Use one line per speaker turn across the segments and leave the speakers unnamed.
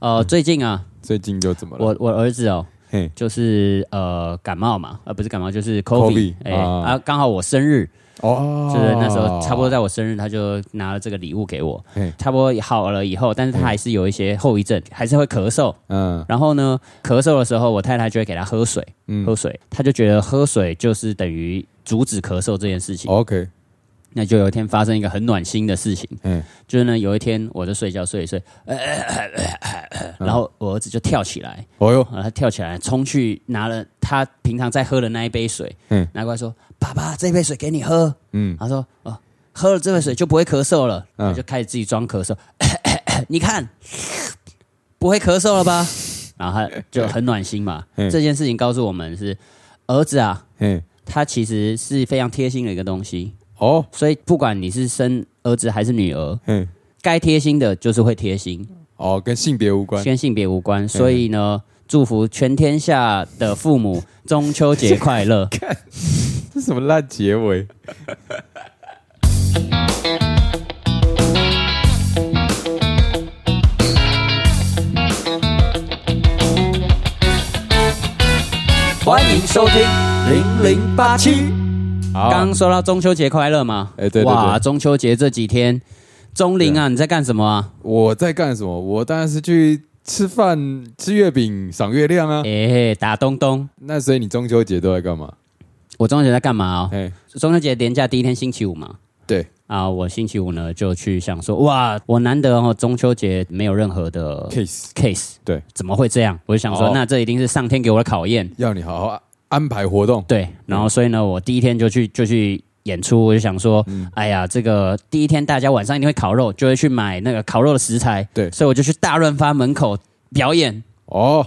呃，最近啊，
最近又怎么嗯了？
我我儿子哦，
嘿，
就是呃感冒嘛，呃不是感冒，就是
COVID，
COVID，哎、
啊
啊，刚好我生日，
哦
就是那时候差不多在我生日，他就拿了这个礼物给我
嘿，
差不多好了以后，但是他还是有一些后遗症，还是会咳嗽。
嗯
然后呢，咳嗽的时候，我太太就会给他喝水，喝
嗯
水，他就觉得喝水就是等于阻止咳嗽这件事情。
哦，OK，
那就有一天发生一个很暖心的事情，
嗯
就是呢，有一天我就睡觉睡一呃睡，呃然后我儿子就跳起来，
嗯
啊
哦哟，
然后他跳起来冲去拿了他平常在喝的那一杯水，
嗯
拿过来说：“爸爸，这杯水给你喝。”
嗯
他说：“哦，喝了这杯水就不会咳嗽了。”
嗯
他就开始自己装咳嗽， 你看不会咳嗽了吧？然后他就很暖心嘛。
嗯
这件事情告诉我们是，儿子啊，
嘿，
他其实是非常贴心的一个东西。
哦，
所以不管你是生儿子还是女儿，
嘿，
该贴心的就是会贴心，
哦，跟性别无关，
跟性别无关。所以呢，祝福全天下的父母中秋节快 乐。
这什么烂结尾？
欢迎收听。
零零八七，好，
刚刚说到中秋节快乐嘛，
哎对对
哇，
对
中秋节这几天，钟林啊，你在干什么 啊？
我在干什么？我当然是去吃饭、吃月饼、赏月亮啊。
哎，打东东。
那所以你中秋节都在干嘛？
我中秋节在干嘛哦？
嘿，
中秋节连假第一天星期五嘛。
对，
啊，我星期五呢就去想说，哇，我难得哦，中秋节没有任何的
case
case，
对，
怎么会这样？我就想说，
哦
那这一定是上天给我的考验。
要你好好安排活动。
对，然后所以呢，我第一天就去就去演出，我就想说，
嗯
哎呀，这个第一天大家晚上一定会烤肉，就会去买那个烤肉的食材。
对
所以我就去大润发门口表演
哦，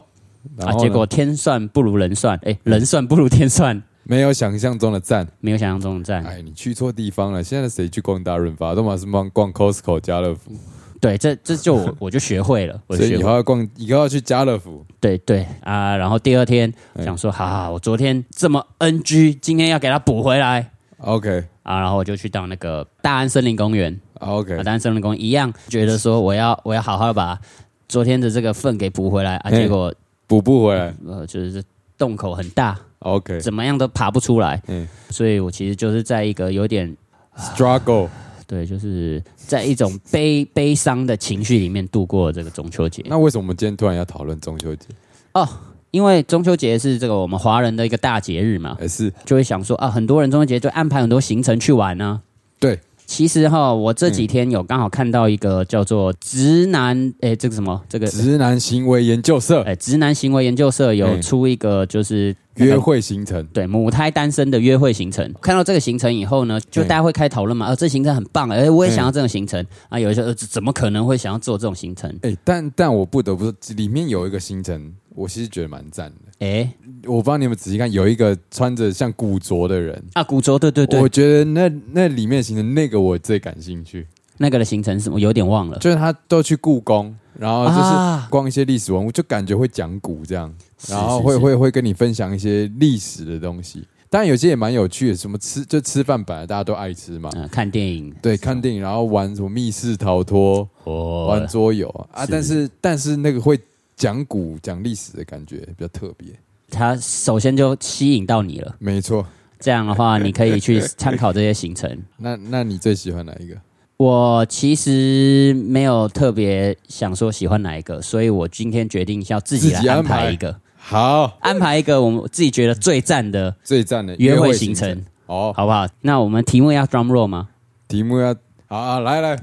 然
啊，
后呢
结果天算不如人算，哎，人算不如天算，
没有想象中的赞。
没有想象中的赞。
哎，你去错地方了。现在谁去逛大润发，都嘛是逛逛 Costco、家乐福。
对，这这就 我我就学会了，我就
所以
学
以
会
后要逛，以后要去家乐福。
对对啊，然后第二天
哎
想说，好好，好我昨天这么 NG，今天要给它补回来
OK
啊，然后我就去到那个大安森林公园。
OK，
啊，当然森林公园一样觉得说我要我要好好把昨天的这个份给补回来啊，
嘿
结果
补不回来。
呃就是洞口很大，
OK
怎么样都爬不出来
嗯，
所以我其实就是在一个有点
struggle。
对，就是在一种悲悲伤的情绪里面度过这个中秋节
那为什么我们今天突然要讨论中秋节？
哦。因为中秋节是这个我们华人的一个大节日嘛，
哎，是
就会想说啊，很多人中秋节就安排很多行程去玩呢、
对，嗯
其实哈，我这几天有刚好看到一个叫做“直男”哎，这个什么这个
直男行为研究社
哎，直男行为研究社有出一个就是那个
嗯约会行程。
对母胎单身的约会行程。看到这个行程以后呢，就
嗯
大家会开讨论嘛，呃，这行程很棒，哎，我也
嗯
想要这种行程啊。有一些呃，怎么可能会想要做这种行程？
哎，但但我不得不说，里面有一个行程，我其实觉得蛮赞的。
哎，
我不知道你有没有仔细看，有一个穿着像古着的人，
啊，古着，对对
我
对，
觉得那那里面的行程那个我最感兴趣，
那个的行程是我有点忘了。
就是他都去故宫，然后就是
啊
逛一些历史文物，就感觉会讲古这样，
是
然后
是
会
是
会会跟你分享一些历史的东西。当然有些也蛮有趣的，什么吃就吃饭本来大家都爱吃嘛，
嗯，看电影
对，看电影，然后玩什么密室逃脱、
哦
玩，桌游啊，
是
但是但是那个会讲古讲历史的感觉比较特别，
它首先就吸引到你了。
没错。
这样的话，你可以去参考这些行程。
那那你最喜欢哪一个？
我其实没有特别想说喜欢哪一个，所以我今天决定要自己来
自己安
安
排
排一个，
好，
安排一个我们自己觉得最赞的
最赞的
约会
会
行
程
程，
哦，
好不好？那我们题目要 drum roll 吗？
题目要好啊，来来，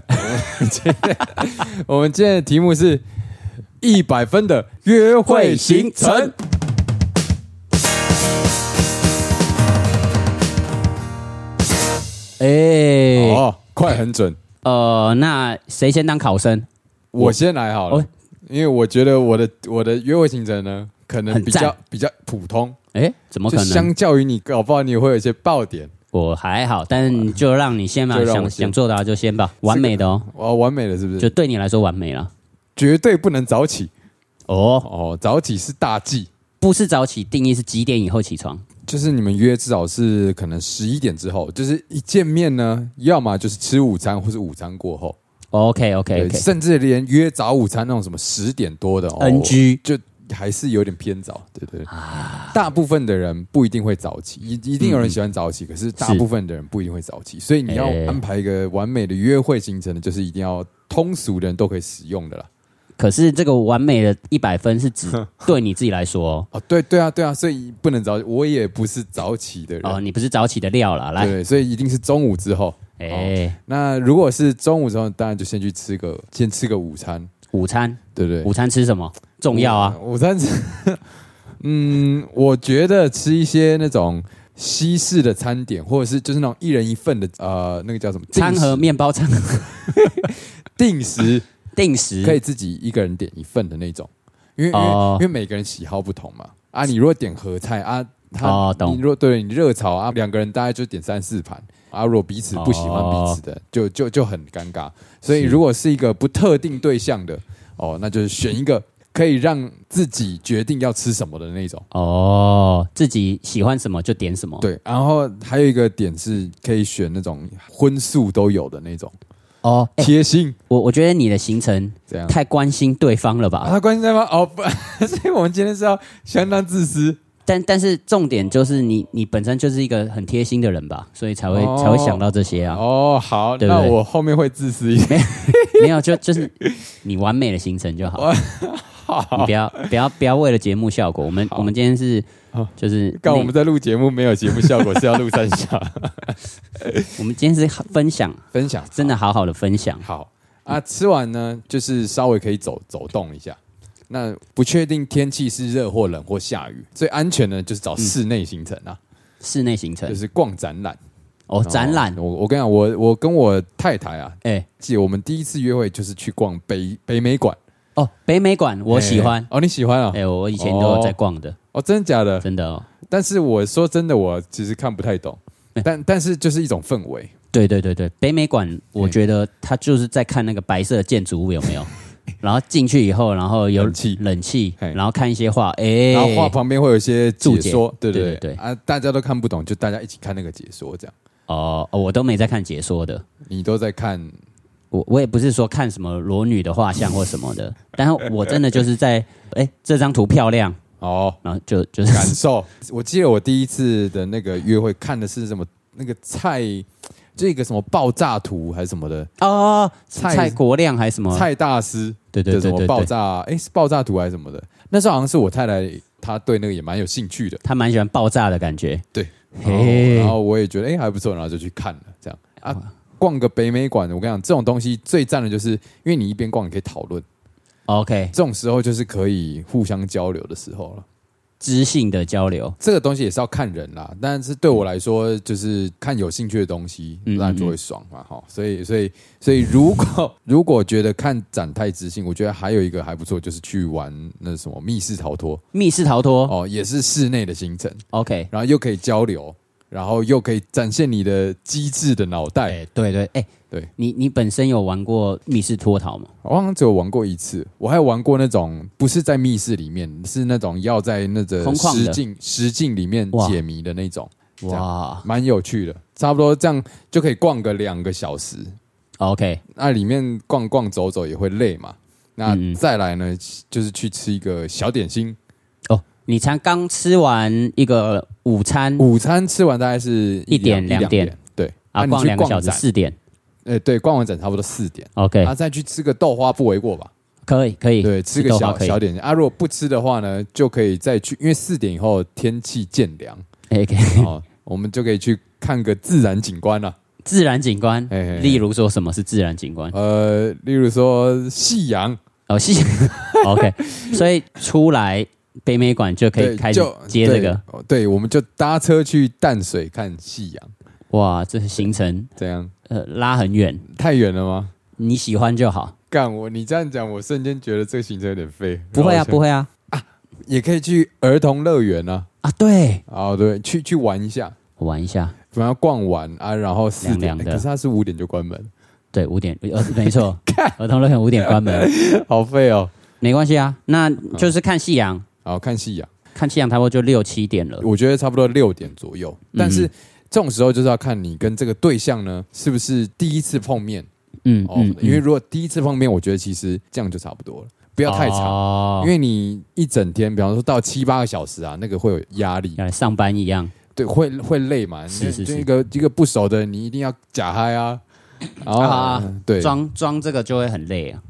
我们今天我们今天的题目是一百分的约会行程。
哎、
哦，快很准，
呃，那谁先当考生？
我先来好了
哦，
因为我觉得我的我的约会行程呢，可能
很
比较
赞
比较普通，
哎、怎么
就
可能？
相较于你，搞不好你会有一些爆点，
我还好，但是就让你先吧
哦就，让我
想
先
想做的、啊、就先吧，完美的哦，
哦，完美了是不？
就是对你来说完美了。
绝对不能早起
哦，
哦，早起是大忌，
不是早起，定义是几点以后起床？
就是你们约至少是可能十一点之后，就是一见面呢，要么就是吃午餐，或是午餐过后。
OK OK
对，
OK，
甚至连约早午餐那种什么十点多的哦
NG
就还是有点偏早。对对对，大部分的人不一定会早起，一一定有人喜欢早起，可是大部分的人不一定会早起，所以你要
哎
安排一个完美的约会行程呢，就是一定要通俗的人都可以使用的啦。
可是这个完美的一百分是 指对你自己来说哦
哦，对对啊，对啊，所以不能早，我也不是早起的人，
哦，你不是早起的料啦，来，
对，所以一定是中午之后。哦
哎，
那如果是中午之后，当然就先去吃个先吃个午餐，
午餐
对不哦对？哦
午餐吃什么重要啊？
午！午餐吃，嗯，我觉得吃一些那种西式的餐点，或者是就是那种一人一份的，呃，那个叫什么
餐盒面包餐盒
定时
定
定时可以
时
自己一个人点一份的那种，因为、
哦
因为因为每个人喜好不同嘛。啊，你如果点合菜啊，他、
哦懂
你如果对你热炒啊，两个人大概就点三四盘啊，如果彼此不喜欢彼此的，就就就很尴尬。所以
哦是
如果是一个不特定对象的，哦，那就是选一个可以让自己决定要吃什么的那种。
哦，自己喜欢什么就点什么。
对，然后还有一个点是可以选那种荤素都有的那种，
哦，哎
贴心
我我觉得你的行程
这样。
太关心对方了吧？
啊，他关心在吗？哦，不， 所以我们今天是要相当自私，
但但是重点就是你你本身就是一个很贴心的人吧，所以才会、
哦
才会想到这些啊。
哦，好，
对不
那
对
我后面会自私一点。
没有，就就是你完美的行程就好。你不要不要不要为了节目效果，我们我们今天是
好
就是
刚
内
哦我们在录节目，没有节目效果，是要录三下
我们今天是 分享，
分享，
真的好好的分享。
好啊。吃完呢，就是稍微可以走走动一下。那不确定天气是热或冷或下雨，最安全呢就是找室内行程啊，
室内行程
就是逛展览。
哦，展览
哦我我跟你讲，我我跟我太太啊，
哎
姐，我们第一次约会就是去逛北北美馆，
哦，北美馆我喜欢
哎，哦，你喜欢啊？
哎，我以前都有在逛的，
哦，真的假的？
真的哦。
但是我说真的，我其实看不太懂，
哎
但但是就是一种氛围。
对对对对，北美
嗯
馆我觉得它就是在看那个白色的建筑物有没有， 然后进去以后，然后有
冷气
冷气，
嘿
然后看一些画，哎，
然后画旁边会有一些解
注解
说，对
对
对
对对
对啊，大家都看不懂，就大家一起看那个解说，这样
哦，哦我都没在看解说的。
你都在看
我我也不是说看什么裸女的画像或什么的， 但是我真的就是在哎、这张图漂亮，
哦，
然后就就是
感受。我记得我第一次的那个约会看的是什么？那个蔡，就一个什么爆炸图还是什么的，
哦，
蔡
蔡国亮还是什么？
蔡大师
对啊对
的什
对
么
对
爆
对，
炸，哎，是爆炸图还是什么的？那时候好像是我太太，她对那个也蛮有兴趣的，
他蛮喜欢爆炸的感觉。
对，然后
嘿
然后我也觉得哎、诶还不错，然后就去看了这样啊。逛个北美馆，我跟你讲，这种东西最赞的就是，因为你一边逛，你可以讨论，
，OK，
这种时候就是可以互相交流的时候了。
知性的交流，
这个东西也是要看人啦，但是对我来说，就是看有兴趣的东西，
嗯嗯嗯嗯
那就会爽嘛，哈。所以，所以，所以，如果 如果觉得看展太知性，我觉得还有一个还不错，就是去玩那什么密室逃脱
密室逃脱、
哦，也是室内的行程，
o k
然后又可以交流，然后又可以展现你的机智的脑
哎、
袋。
对对，哎、
对
你你本身有玩过密室脱逃吗？
我好像只有玩过一次，我还有玩过那种不是在密室里面，是那种要在那个
空旷的
实境实境里面
哇
解谜的那种。这样
哇
蛮有趣的，差不多这样就可以逛个两个小时。
，OK，
那里面逛逛走走也会累嘛。那
嗯嗯
再来呢，就是去吃一个小点心。
哦，你才刚吃完一个午餐，
午餐吃完大概是
一点
两
两点，
对。
啊，
你
逛
去
两个小
逛
时，
展，
四点
呃，对，逛完展差不多四点，
，OK，、
啊，再去吃个豆花不为过吧？
可以可以，
对，吃个
豆花
小
可以
小点心啊。如果不吃的话呢，就可以再去，因为四点以后天气渐 凉
，OK，
哦，我们就可以去看个自然景观了、
自然景观，
嘿嘿嘿
例如说什么是自然景观？
呃，例如说夕阳，
哦，是 OK，所以出来北美馆就可以
对
开始
就
接这个，
对哦对，我们就搭车去淡水看夕阳，
哇，这是行程
怎样？
呃拉很远，
太远了吗？
你喜欢就好，
干我，你这样讲，我瞬间觉得这个行程有点废。
不会啊，
然后
不
我
会啊，
想，也可以去儿童乐园啊，
啊，对，
哦，对，去去玩一下，
我玩一下，
反正逛完啊，然后四点，
凉凉的
哎可是它是五点就关门，
对，五点，呃，没 错，儿童乐园五点关门，
好废哦。
没关系啊，那
嗯
就是看夕阳，
然后看夕阳，
看夕阳差不多就六七点了，
我觉得差不多六点左
嗯
右，但是这种时候就是要看你跟这个对象呢是不是第一次碰面，
嗯
哦
嗯，，
因为如果第一次碰面，我觉得其实这样就差不多了，不
不
要太长，
长
因为你一整天，比方说到七八个小时啊，那个会有压力，
要来上班一样，
对，会会累嘛。
是是
你就是一个一个不熟的，你一定要假嗨 啊，然后、
啊
对
装装这个就会很累啊。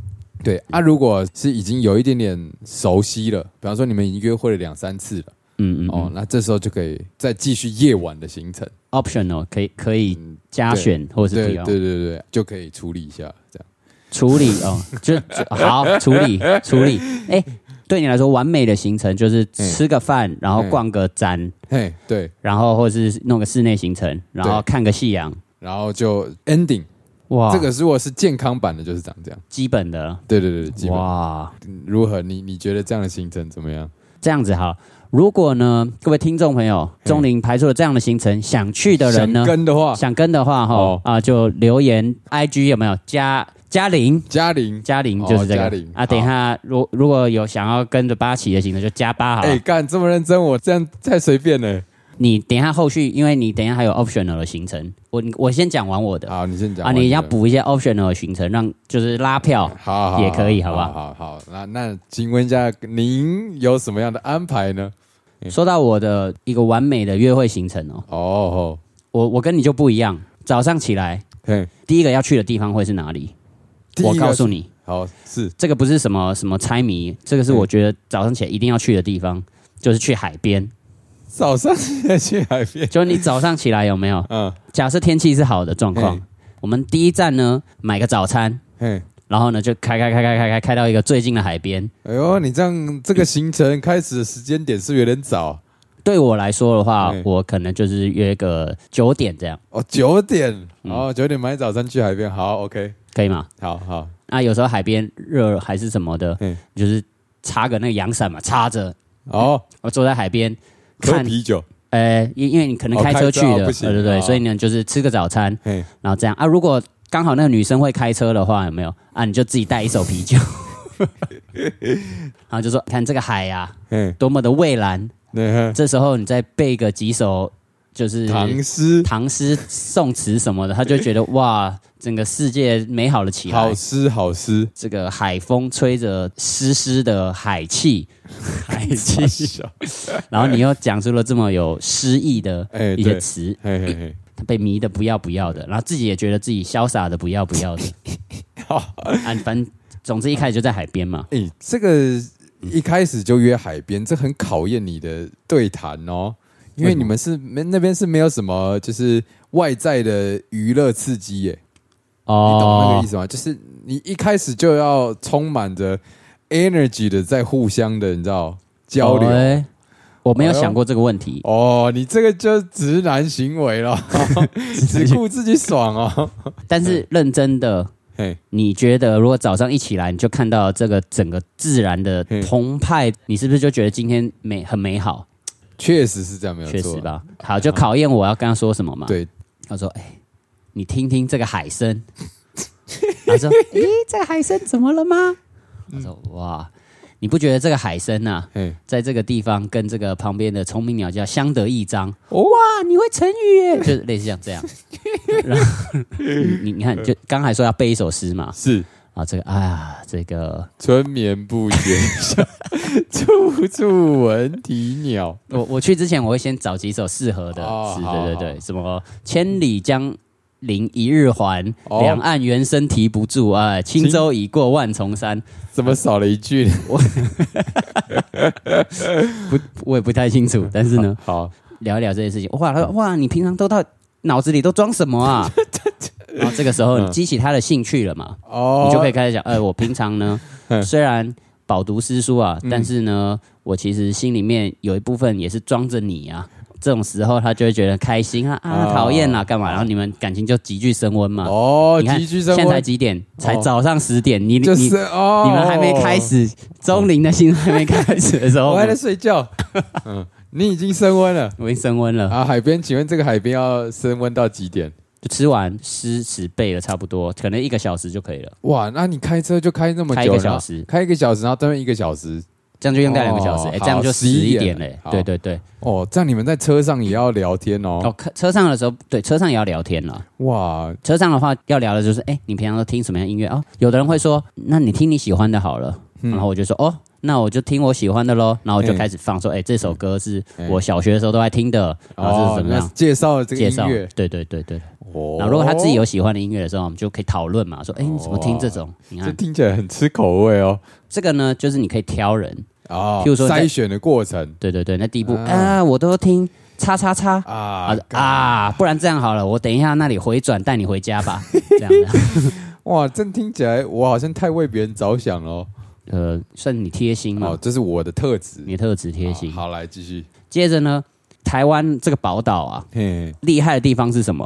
对啊，如果是已经有一点点熟悉了，比方说你们已经约会了两三次了，
嗯嗯
哦
哦，
那这时候就可以再继续夜晚的行程，
，optional 可以可以
嗯，
加选或者是不
对对
用
对对，就可以处理一下这样。
处理哦，就 就好处理处理。哎，对你来说完美的行程就是
嗯
吃个饭，然后逛个展，
嘿，对，
然后或是弄个室内行程，然后看个夕阳。
然后就 ending，、
哇，
这个如果是健康版的，就是长这样。
基本的
对对对对，基本
哇，
如何？你你觉得这样的行程怎么样？
这样子好。如果呢，各位听众朋友，钟林排出了这样的行程，想去的人呢
嗯想，跟的话，
想跟的话哈、
哦
啊，就留言 IG 有没有加加零
嘉玲，
加零
哦
就是这个、
加零
啊。等一下，如如果有想要跟着八旗的行程，就加八好了
哎、干这么认真，我这样太随便了。
你等一下后续，因为你等一下还有 optional 的行程，我我先讲完我的
好，你先讲
啊，
完的
你要补一些 optional 的行程，让就是拉票。
好好
也可以好不好
好好，那那请问一下，您有什么样的安排呢？嗯
说到我的一个完美的约会行程哦，
哦哦，
我我跟你就不一样，早上起来
嘿，
第一个要去的地方会是哪里？
第一
我
个
告诉你，
好是
这个不是什么什么猜谜，这个是
嗯
我觉得早上起来一定要去的地方，就是去海边。
早上现在去海边，
就是你早上起来有没有？
嗯，
假设天气是好的状况
嘿，
我们第一站呢买个早餐，
嘿，
然后呢就开开开开开开开到一个最近的海边。
哎呦，你这样这个行程开始的时间点是不是有点早
对我来说的话
嘿，
我可能就是约个九点这样，
哦，九点，
嗯
哦，九点买早餐去海边，好，OK，
可以吗？
好好，
那有时候海边热还是什么的，
嗯
你就是插个那个阳伞嘛，插着，
哦，
我坐在海边
喝
看，
啤酒，
呃，因因为你可能
哦
开
开
车
车
去
哦
的，
不
对
行
对对，
哦
所以呢就是吃个早餐，
嘿，
然后这样啊。如果刚好那个女生会开车的话，有没有啊？你就自己带一手啤酒， 然后就说看这个海啊，
嘿，
多么的蔚蓝。
那
这时候你再背个几首就是
唐诗
唐诗、宋词什么的，他就觉得哇，整个世界美好了起来
好。诗好诗，
这个海风吹着湿湿的海气，海气，
哎
然后你又讲出了这么有诗意的
哎
一些
对
词，
嘿嘿嘿，
他被迷的不要不要的，然后自己也觉得自己潇洒的不要不 要的。啊，反正总之一开始就在海边嘛，
哎、这个一开始就约海边，这很考验你的对谈哦，因
为
为
什么
你们是没那边是没有什么就是外在的娱乐刺激耶，
哦
你懂那个意思吗？就是你一开始就要充满着 energy 的在互相的，你知道交流。
哦哎我没有
哎呦
想过这个问题，
哦，你这个就直男行为 了，只顾自己爽哦。
但是认真的，
嘿，
你觉得如果早上一起来你就看到这个整个自然的
嗯
澎湃，你是不是就觉得今天美很美好？
确实是这样，没有
确
错
实。吧。好，就考验我要跟他说什么嘛。，
对，
他说：“哎、你听听这个海声。” 他说：“哎、这个海声怎么了吗？”
嗯
我说：“哇，你不觉得这个海声啊，
嘿，
在这个地方跟这个旁边的虫鸣鸟叫相得益彰？
哦
哇，你会成语耶，就是类似像这样。 然后你你你看，就刚才说要背一首诗嘛，
是。
啊，这个啊，这个
春眠不觉晓，处处闻啼鸟。
我我去之前我会先找几首适合的
哦
诗，
好
对对
好
对，什么千里江陵一日还，
哦
两岸猿声啼不住啊，轻舟已过万重山。
怎么少了一句？
不，我也不太清楚，但是 呢，
好，
聊一聊这件事情，哇，他说哇，你平常都到脑子里都装什么 啊？然后这个时
嗯
候你激起他的兴趣了嘛，
哦，
你就可以开始讲，呃，我平常呢
嗯，
虽然饱读诗书啊，但是呢，我其实心里面有一部分也是装着你啊。这种时候他就会觉得开心啊啊，
哦
讨厌啦，干嘛？然后你们感情就急剧升温嘛。
哦，
啊你看
急剧
现
生
在
活
才几点？才早上十点，你你
就
你
是哦，
们还没开，始，钟灵的心还没开始的时候，
我还在
我
睡觉。嗯，你已经升温了
已经升温了。
啊。海边，请问这个海边要升温到几点？
就吃完诗词背了差不多，可能一个小时就可以了。
哇，那你开车就开那么久，
开一个
然
小
后
时
开一个小时，然后登一个小时，
这样就用掉两个小时，
哦
哎，
好
这样就十一
11
点
点
嘞。
好
对对对，
哦，这样你们在车上也要聊天
哦，
哦。
客车上的时候，对，车上也要聊天了。
哇，
车上的话要聊的就是，哎、你平常都听什么样的音乐哦？有的人会说，那你听你喜欢的好了。然后我就说，哦，那我就听我喜欢的喽。然后我就
嗯
开始放说，哎、这首歌是
嗯
我小学的时候都爱听的，然后这是
哦，
怎么
那
样？
介绍了这个
介
音
绍
乐，
对对对对。
哦
然后如果他自己有喜啊欢的音乐的时候，我们就可以讨论嘛，说，哎、你怎么听这种？你
这
看
听起来很吃口味哦。
这个呢，就是你可以挑人，
哦，
譬如说在
筛选的过程
对对对。那第一步
啊
啊，我都听叉叉叉。啊
啊啊！
啊！不然这样好了，我等一下那里回转带你回家吧，这样 的。
哇，这听起来我好像太为别人着想了哦。
呃，算你贴心嘛
哦，，这是我的特质，哦
你特质贴心。
好，好来继续。
接着呢，台湾这个宝岛啊，
嘿，
厉害的地方是什么？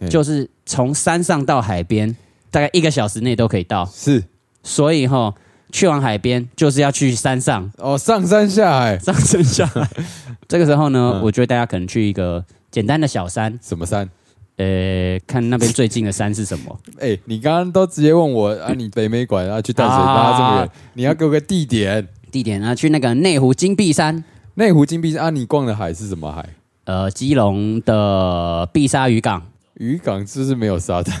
嗯
就是从山上到海边，大概一个小时内都可以到。
是
所以哈、去完海边就是要去山上，
哦， 上山下海，
上山下来。这个时候呢，
嗯
我觉得大家可能去一个简单的小山，
什么山？
呃，看那边最近的山是什 么。
哎、你刚刚都直接问我啊，你北美馆啊，去淡水
啊
拉这么远，你要给我个地点。
地点呢，去那个内湖金碧山，
内湖金碧啊，你逛的海是什么海？
呃，基隆的碧沙渔港。
渔港是不是没有沙 滩？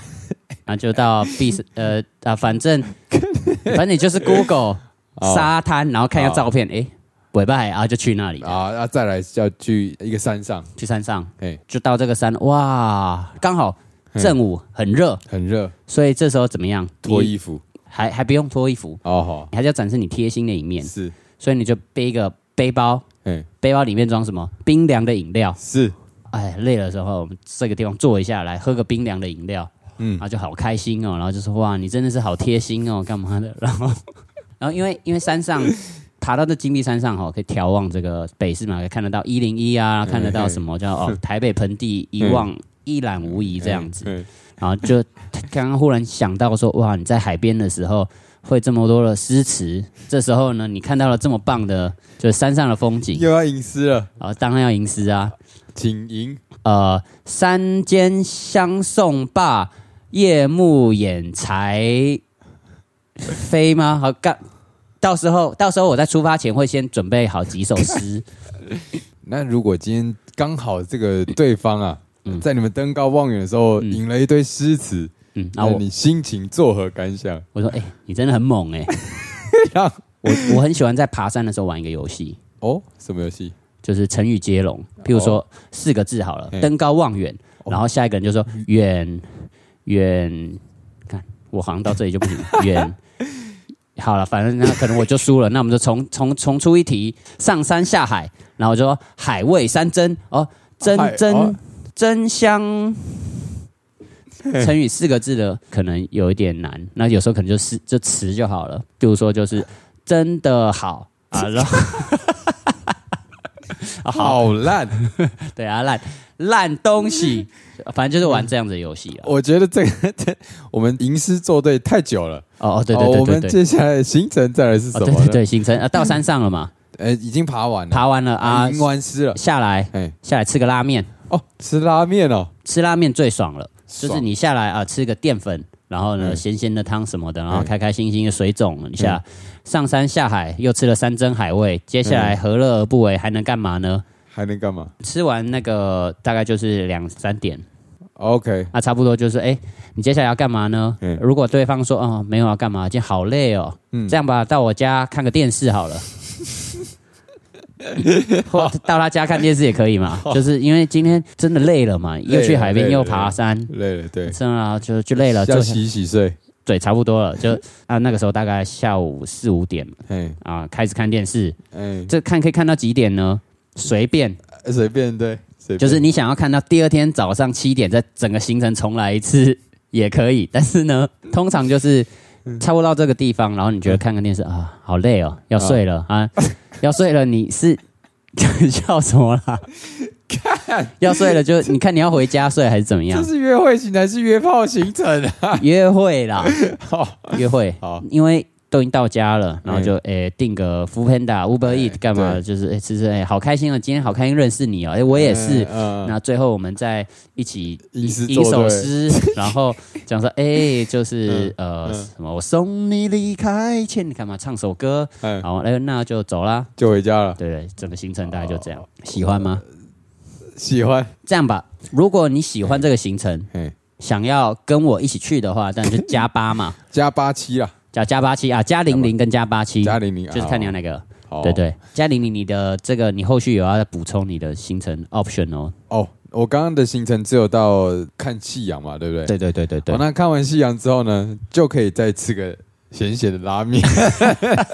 那就到 B 呃啊，反正反正你就是 Google
哦
沙滩，然后看一下照片，诶，尾巴海啊就去那里，
啊啊，再来要去一个山上，
去山上，
哎、
就到这个山，哇，刚好
嗯
正午很热，
很热，
所以这时候怎么样？
脱
你
衣服
还还不用脱衣服，
哦，好
你还是要展示你贴心的一面，
是，
所以你就背一个背包，
哎、
背包里面装什么？冰凉的饮料，
是，
哎，累了的时候，我们这个地方坐一下来，喝个冰凉的饮料，嗯，
嗯
然后就好开心哦，然后就说哇，你真的是好贴心哦，干嘛的？然后， 然后因为因为山 上爬到这金碧山上哈、哦，可以眺望这个北市嘛，可以看得到一零一啊，看得
哎
到什么叫 哦台北盆地一望一览无遗这样子，
嗯哎哎
然后就 刚刚忽然想到说哇，你在海边的时候。会这么多的诗词，这时候呢，你看到了这么棒的，就是山上的风景，
又要隐私了，
然后当然要吟诗啊，
请赢
呃，山间相送罢，夜幕掩柴飞吗？好干，到时候到时候我在出发前会先准备好几首诗，
那如果今天刚好这个对方啊，
嗯
在你们登高望远的时候，
嗯
引了一堆诗词，
嗯，然
那
后我
你心情作何感想？
我说，哎、你真的很猛哎、
让
我我很喜欢在爬山的时候玩一个游戏，
哦，什么游戏？
就是成语接龙，譬如说、四个字好了，
嗯
登高望远，
哦
然后下一个人就说远远，看我好像到这里就不行，远。好了，反正那可能我就输了，那我们就重重重出一题，上山下海，然后我就说海味山珍哦，珍
海
珍
哦
珍香。成语四个字的可能有一点难，那有时候可能就是就词就好了，比如说就是真的好啊，然后啊 好
好烂！
对啊，烂烂东西， 反正就是玩这样子的游戏啊。
我觉得这个 这我们吟诗作对太久了。
哦哦，对
哦
对
我
对
们
对对，
接下来的行程再来是什
哦
么
对
呢？
对对，行程啊，到山上了嘛，
呃，已经爬完了，
爬完了啊，
吟完诗了。
下来
哎，
下来吃个拉面，
哦，吃拉面哦，
吃拉面最爽了，就是
爽
你下来啊，吃个淀粉，然后呢
嗯
咸咸的汤什么的，然后
嗯
开开心心的水肿一下，上山下海又吃了山珍海味，接下
嗯
来何乐而不为？还能干嘛呢？
还能干嘛
吃完那个大概就是两三点，
？OK，
啊，差不多就是，哎、你接下来要干嘛呢？
嗯
如果对方说，哦，没有要干嘛，今天好累哦，
嗯
这样吧，到我家看个电视好 了。或到他家看电视也可以 嘛，就是因为今天真的累了嘛，又去海边
哦累了
又爬山，
累了，对，
真的啊就就累了，
要
就
洗洗睡。
对，差不多了，就啊那个时候大概下午四五点
哎
啊开始看电视，
哎，
这看可以看到几点呢？随便，
随便对，随便
就是你想要看到第二天早上七点，再整个行程重来一次 也可以，但是呢，通常就是
嗯
差不多到这个地方，然后你觉得看个电视啊，好累哦，要睡了啊，要睡了，你是 笑什么啦？ 要睡了就你看你要回家睡还是怎么
这
样？
是约会行程还是约炮行程啊？
约会啦，
好，
约会
好，
因为都已经到家了，然后就诶、订个 f o o Panda、Uber
哎
Eat 干嘛的，
对
就是诶其实诶好开心哦，今天好开心认识你哦，诶我也是。
嗯
那最后我们再一起
吟诗
吟
作
首
对
诗， 然后讲说，诶，就是呃
嗯
什么，我送你离开前，你干嘛唱首歌？
嗯，
好，那那就走啦。
就回家了。
对对，整个行程大概就这
哦
样。喜欢吗？
喜欢，
这样吧，如果你喜欢这个行程，
哎，
想要跟我一起去的话，但就加八 嘛，
加八七啦，
加加八七啊，加零零跟加八七，
加零零，
嗯
哦
就是看你要哪个。
好
对对，加零零，你的这个你后续有要补充你的行程 option 哦。
哦。我刚刚的行程只有到看夕阳嘛，对不对？哦
对对对对
好，那看完夕阳之后呢，就可以再吃个咸咸的拉面，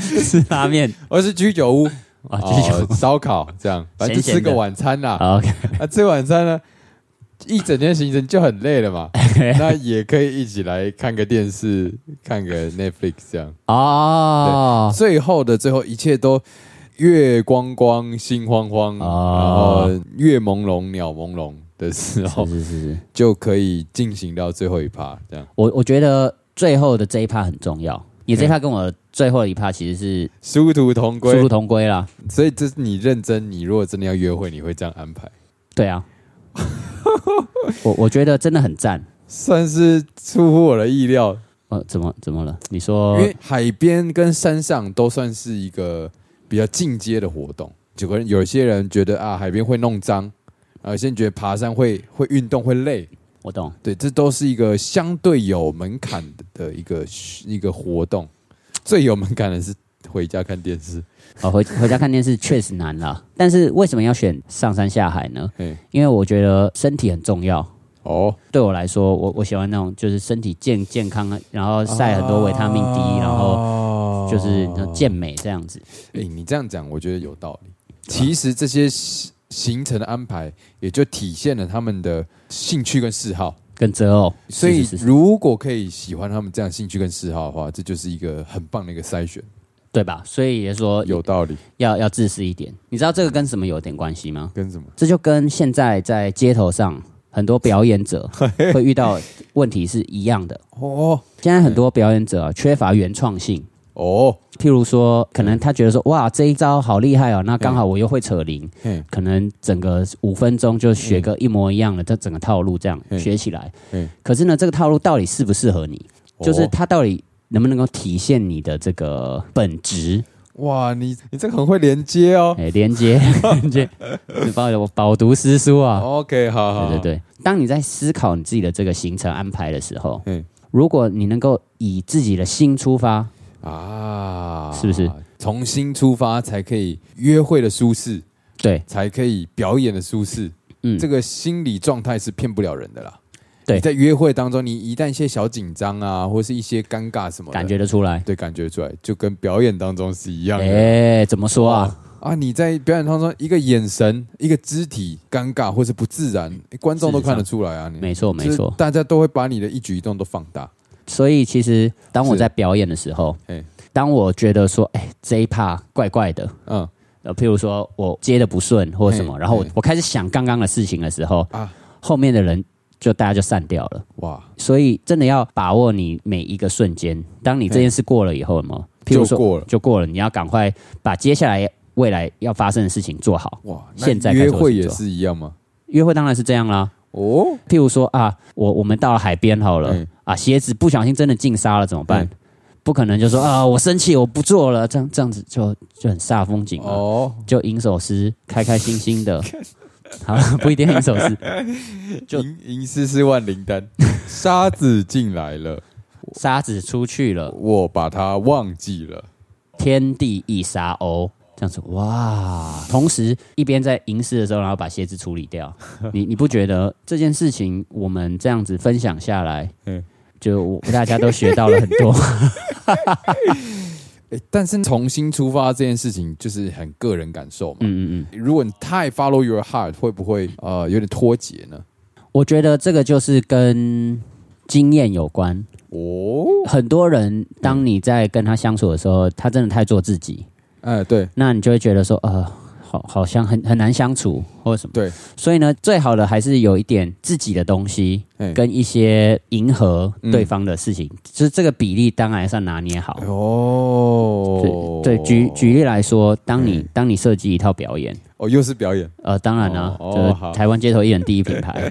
吃拉面
而是居酒屋
啊，继续。
哦烧烤这样，反正就
咸
吃
咸的
个晚餐啦。
好 OK，
啊，吃晚餐呢，一整天行程就很累 了嘛，那也可以一起来看个电视，看 个 Netflix 这样。
哦，
最后的最后，一切都月光光、心慌慌，
哦
然后月朦胧、鸟朦胧的时候，
是是是是，
就可以进行到最后一趴这样。
我我觉得最后的这一趴很重要，你这一趴跟我最后一趴其实
殊途同
是殊
归
途，同归啦。
所以这是你认真，你如果真的要约会，你会这样安排，
对 啊，我我觉得真的很赞。
算是出乎我的意料。
呃，怎么怎么了？你说
因为海边跟山上都算是一个比较进阶的活动。有个人，有些人觉得啊，海边会弄脏，啊，有些人觉得爬山会会运动会累，
我懂，
对，这都是一个相对有门槛的一个一个活动。最有门槛的是回家看电视，
哦，回回家看电视 确实难了，但是为什么要选上山下海呢？
嘿，
因为我觉得身体很重要。
哦，
对我来说，我我喜欢那种就是身体健健康，然后晒很多维他命 D，、然
啊
后
后
就是那种健美这样子。
哎、哦你这样讲，我觉得有道理。其实这些行行程的安排，也就体现了他们的兴趣跟嗜好。
跟择偶，
所以
是是是
如果可以喜欢他们这样兴趣跟嗜好的话，这就是一个很棒的一个筛选，
对吧？所以也说
有道理。
要要自私一点。你知道这个跟什么有点关系吗？
跟什么？
这就跟现在在街头上很多表演者会遇到问题是一样的。
哦
现在很多表演者、啊、缺乏原创性，
哦，
譬如说，可能他觉得说，哇，这一招好厉害哦，那刚好我又会扯铃，
嘿，
可能整个五分钟就学个一模一样的，这整个套路这样
嗯
学起来
嗯。
可是呢，这个套路到底适不适合你？就是
哦
它到底能不能够体现你的这个本质？
哇，你你这个很会连接哦。
哎，连接连接，你帮我饱读诗书啊！
OK，好好，
对对对，当你在思考你自己的这个行程安排的时候，
嗯
如果你能够以自己的心出发，
对啊，
是不是？
重新出发才可以约会的舒适，
对，
才可以表演的舒适。
嗯，
这个心理状态是骗不了人的啦。
对
你在约会当中，你一旦一些小紧张啊，或是一些尴尬什么的，
感觉得出来。
对感觉出来，就跟表演当中是一样的。
哎，怎么说啊？
啊！你在表演当中，一个眼神、一个肢体尴尬或是不自然，诶观众都看得出来啊！你
没错，没
就是
错。
大家都会把你的一举一动都放大。
所以其实当我
是
在表演的时候
哎，
当我觉得说，哎、这一趴怪怪的，
嗯
呃，譬如说我接的不顺或什么，
嘿
然后我
嘿
我开始想刚刚的事情的时候，
啊，
后面的人就大家就散掉了。
哇，
所以真的要把握你每一个瞬间。当你这件事过了以后，有没有？譬如说
就过了
就过了，你要赶快把接下来未来要发生的事情做好。
哇！那
现在该
约
做的
会
事情
也
做
是一样吗？
约会当然是这样啦。
哦，
譬如说啊，我我们到了海边好了、
嗯
啊，鞋子不小心真的进沙了怎么办？
嗯
不可能就说啊，我生气，我不做了，这样这样子就就很煞风景哦、
哦，
就吟首诗，开开心心 的。好了，不一定吟首诗，就
银银丝丝万灵丹，沙子进来了，
沙子出去了，
我把它忘记了。
天地一沙鸥，这样子哇！同时一边在吟诗的时候，然后把鞋子处理掉，你你不觉得这件事情我们这样子分享下来，嗯
嗯，
就我大家都学到了很多，
诶但是重新出发这件事情，就是很个人感受嘛。
嗯嗯嗯。
如果你太 follow your heart，会不会呃有点脱节呢？
我觉得这个就是跟经验有关。
哦，
很多人当你在跟他相处的时候，他真的太做自己，
哎、对，
那你就会觉得说，呃，好好像很很难相处或者什么。
对，
所以呢，最好的还是有一点自己的东西，
哎
跟一些迎合
嗯
对方的事情，就是这个比例当然算拿捏好。
哦，
对，对举举例来说，当你、
嗯
当你设计一套表演，
哦，又是表演，
呃，当然啦、
哦哦好
就是台湾街头艺人第一品 牌。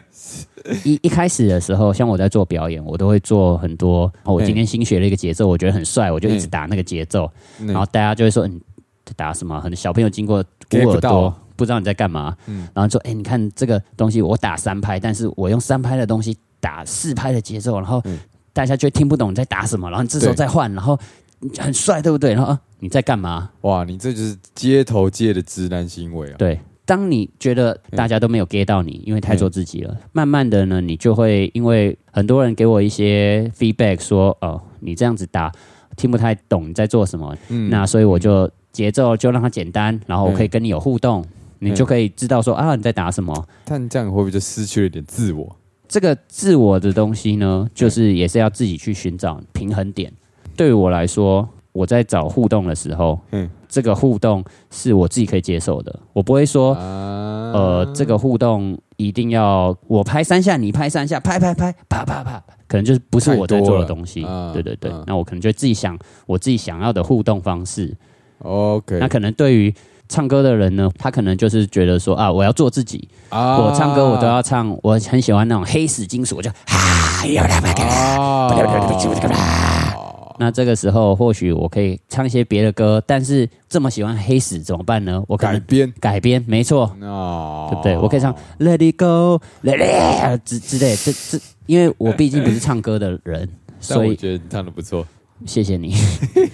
一一开始的时候，像我在做表演，我都会做很多。哦我今天新学了一个节奏，我觉得很帅，我就
嗯
一直打那个节奏，
然
然后大家就会说：“嗯，在打什么？”很小朋友经过捂
Get 不
耳朵
到，
不知道你在干嘛。
嗯
然后说：“哎、你看这个东西，我打三拍，但是我用三拍的东西打四拍的节奏，然后
嗯
大家就听不懂你在打什么，然后你这时候
对
再换，然后嗯很帅，对不对？然后、啊、你在干嘛？
哇，你这就是街头界的直男行为啊！
对，当你觉得大家都没有 get 到你，因为太做自己了，慢慢的呢，你就会因为很多人给我一些 feedback 说，哦，你这样子打听不太懂你在做什么，
嗯
那所以我就节奏就让它简单，然后我可以
嗯
跟你有互动，你就可以知道说啊你在打什么。
但这样会不会就失去了一点自我？
这个自我的东西呢，就是也是要自己去寻找平衡点。对于我来说，我在找互动的时候，
嗯
这个互动是我自己可以接受的，我不会说。
啊，
呃，这个互动一定要我拍三下，你拍三下，拍拍拍，啪啪啪，可能就是不是我在做的东西
太多了嗯。
对对对
嗯，
那我可能就自己想我自己想要的互动方式。
OK，
那可能对于唱歌的人呢，他可能就是觉得说啊，我要做自己，
啊
我唱歌我都要唱，我很喜欢那种黑死金属，我就哈呀啦吧啦
啊，
那这个时候或许我可以唱一些别的歌，但是这么喜欢黑死怎么办呢？我可
改
能
编
改哦编，没错，
啊，
对不对？我可以唱 Let It Go，Let It 之之类的，这这，因为我毕竟不是唱歌的人，
但
所
我
以
觉得你唱的不错。
谢谢你。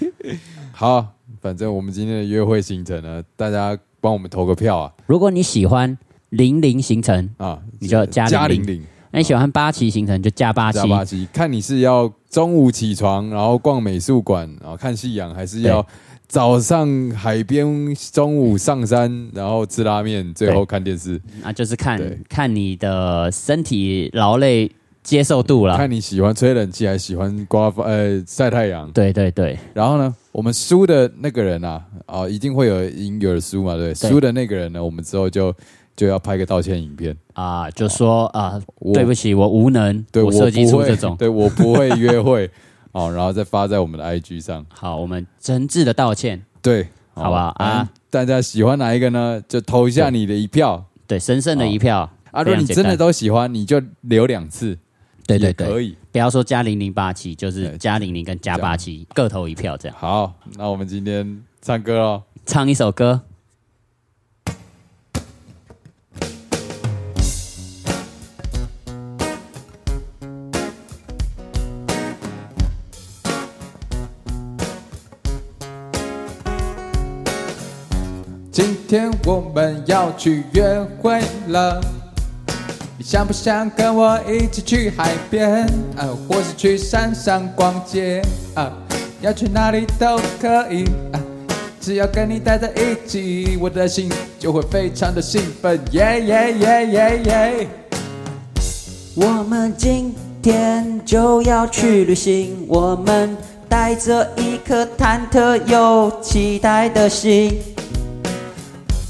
好，反正我们今天的约会行程呢，大家帮我们投个票啊
如果你喜欢零零行程，
啊！
你就加
加
零
零零
那你喜欢八旗行程就加八旗
加，八七，看你是要中午起床，然后逛美术馆，然后看夕阳，还是要早上海边，中午上山，然后吃拉面，最后看电视，
那就是看
对
看你的身体劳累接受度了。
看你喜欢吹冷气还是喜欢刮风呃晒太阳。
对对对，
然后呢，我们输的那个人啊，啊，一定会有赢有人输嘛，对不
对
对，输的那个人呢，我们之后就就要拍个道歉影片。
啊，就说啊，
我
对不起，我无能，
对我
我设计
不
出
会
这种。
对我不会约会 哦，然后再发在我们的 IG 上。
好，我们诚挚的道歉。
对，
好吧啊，
反正大家喜欢哪一个呢？就投一下你的一票
对，神圣的一票
啊！如果你真的，都喜欢，你就留两次，
非常简单对对
也可
对，
以。
不要说加零零八七，就是
对
加零零跟加八七各投一票这样。
好，那我们今天唱歌喽。
唱一首歌，
今天我们要去约会了，你想不想跟我一起去海边？啊，或是去山上逛街？啊，要去哪里都可以。啊，只要跟你待在一起，我的心就会非常的兴奋，耶耶耶耶耶！
我们今天就要去旅行，我们带着一颗忐忑又期待的心。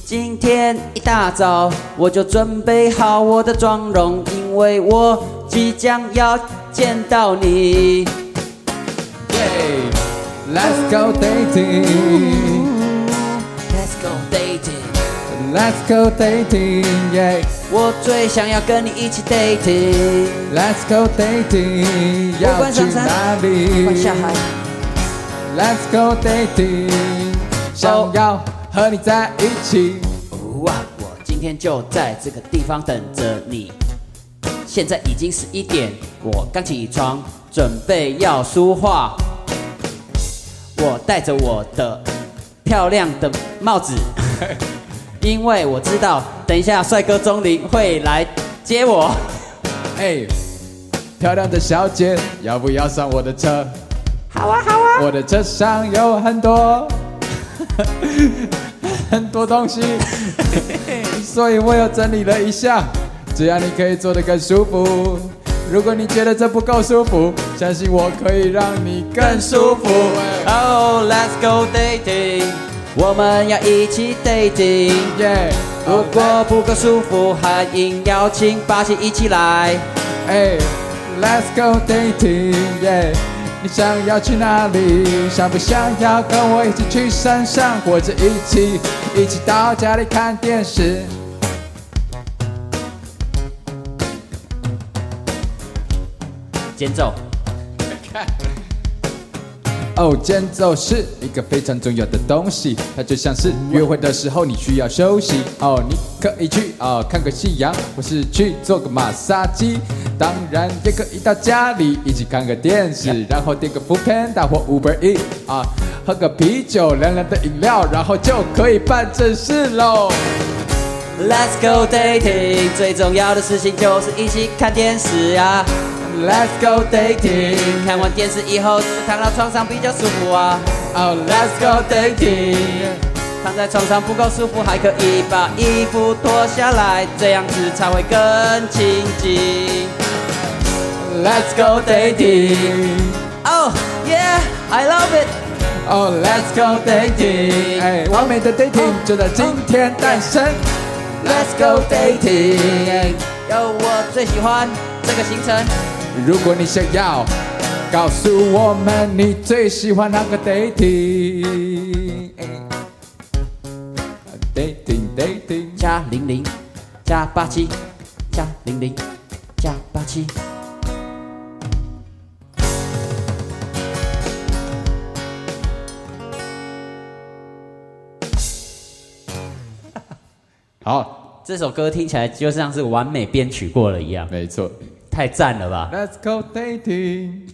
今天一大早我就准备好我的妆容，因为我即将要见到你。
耶，Let's go dating，Let's
Let's go
go
dating，
dating，耶
我最想要跟你一起 dating，
，Let's go dating，
不管上山
里
换下海。
Let's go dating，想要和你在一起。
哇！我今天就在这个地方等着你。现在已经十一点，我刚起床，准备要梳化。我戴着我的漂亮的帽子， 因为我知道等一下帅哥钟林会来接我。
哎，漂亮的小姐，要不要上我的车？
好啊，好啊，
我的车上有很多 很多东 西，所以我又整理了一下，只要你可以坐得更舒服。如果你觉得这不够舒服，相信我可以让你更舒服。
Oh，let's go dating。我们要一起 dating。
耶！
如果不够舒服，还应邀请巴西一起来。
哎，Let's go dating，耶！你想要去哪里？想不想要跟我一起去山上，或者一起一起到家里看电视？
间奏，
哦，间奏是一个非常重要的东西，它就像是约会的时候你需要休息。哦，你可以去哦看个夕阳，或是去做个马杀鸡，当然也可以到家里一起看个电视，然后点个 f o o Panda 或 Uber E 啊，喝个啤酒凉凉的饮料，然后就可以办正事喽。
Let's go dating，最重要的事情就是一起看电视啊。
Let's go dating，
看完电视以后，躺到床上比较舒服啊。
哦，Let's go dating。
躺在床上不够舒服，还可以把衣服脱下来，这样子才会更亲近。
Let's go dating，
Oh yeah，I love it。
哦、oh,，Let's go dating，哎，完美的 dating 就在今天诞生。
Let's go dating，有我最喜欢这个行程。
如果你想要告诉我们你最喜欢哪个 dating，哎啊 dating dating，
加零零，加八七，加零零，加八七。
好，
这首歌听起来就像是完美编曲过了一样，
没错
太赞了吧！
，Let's go dating。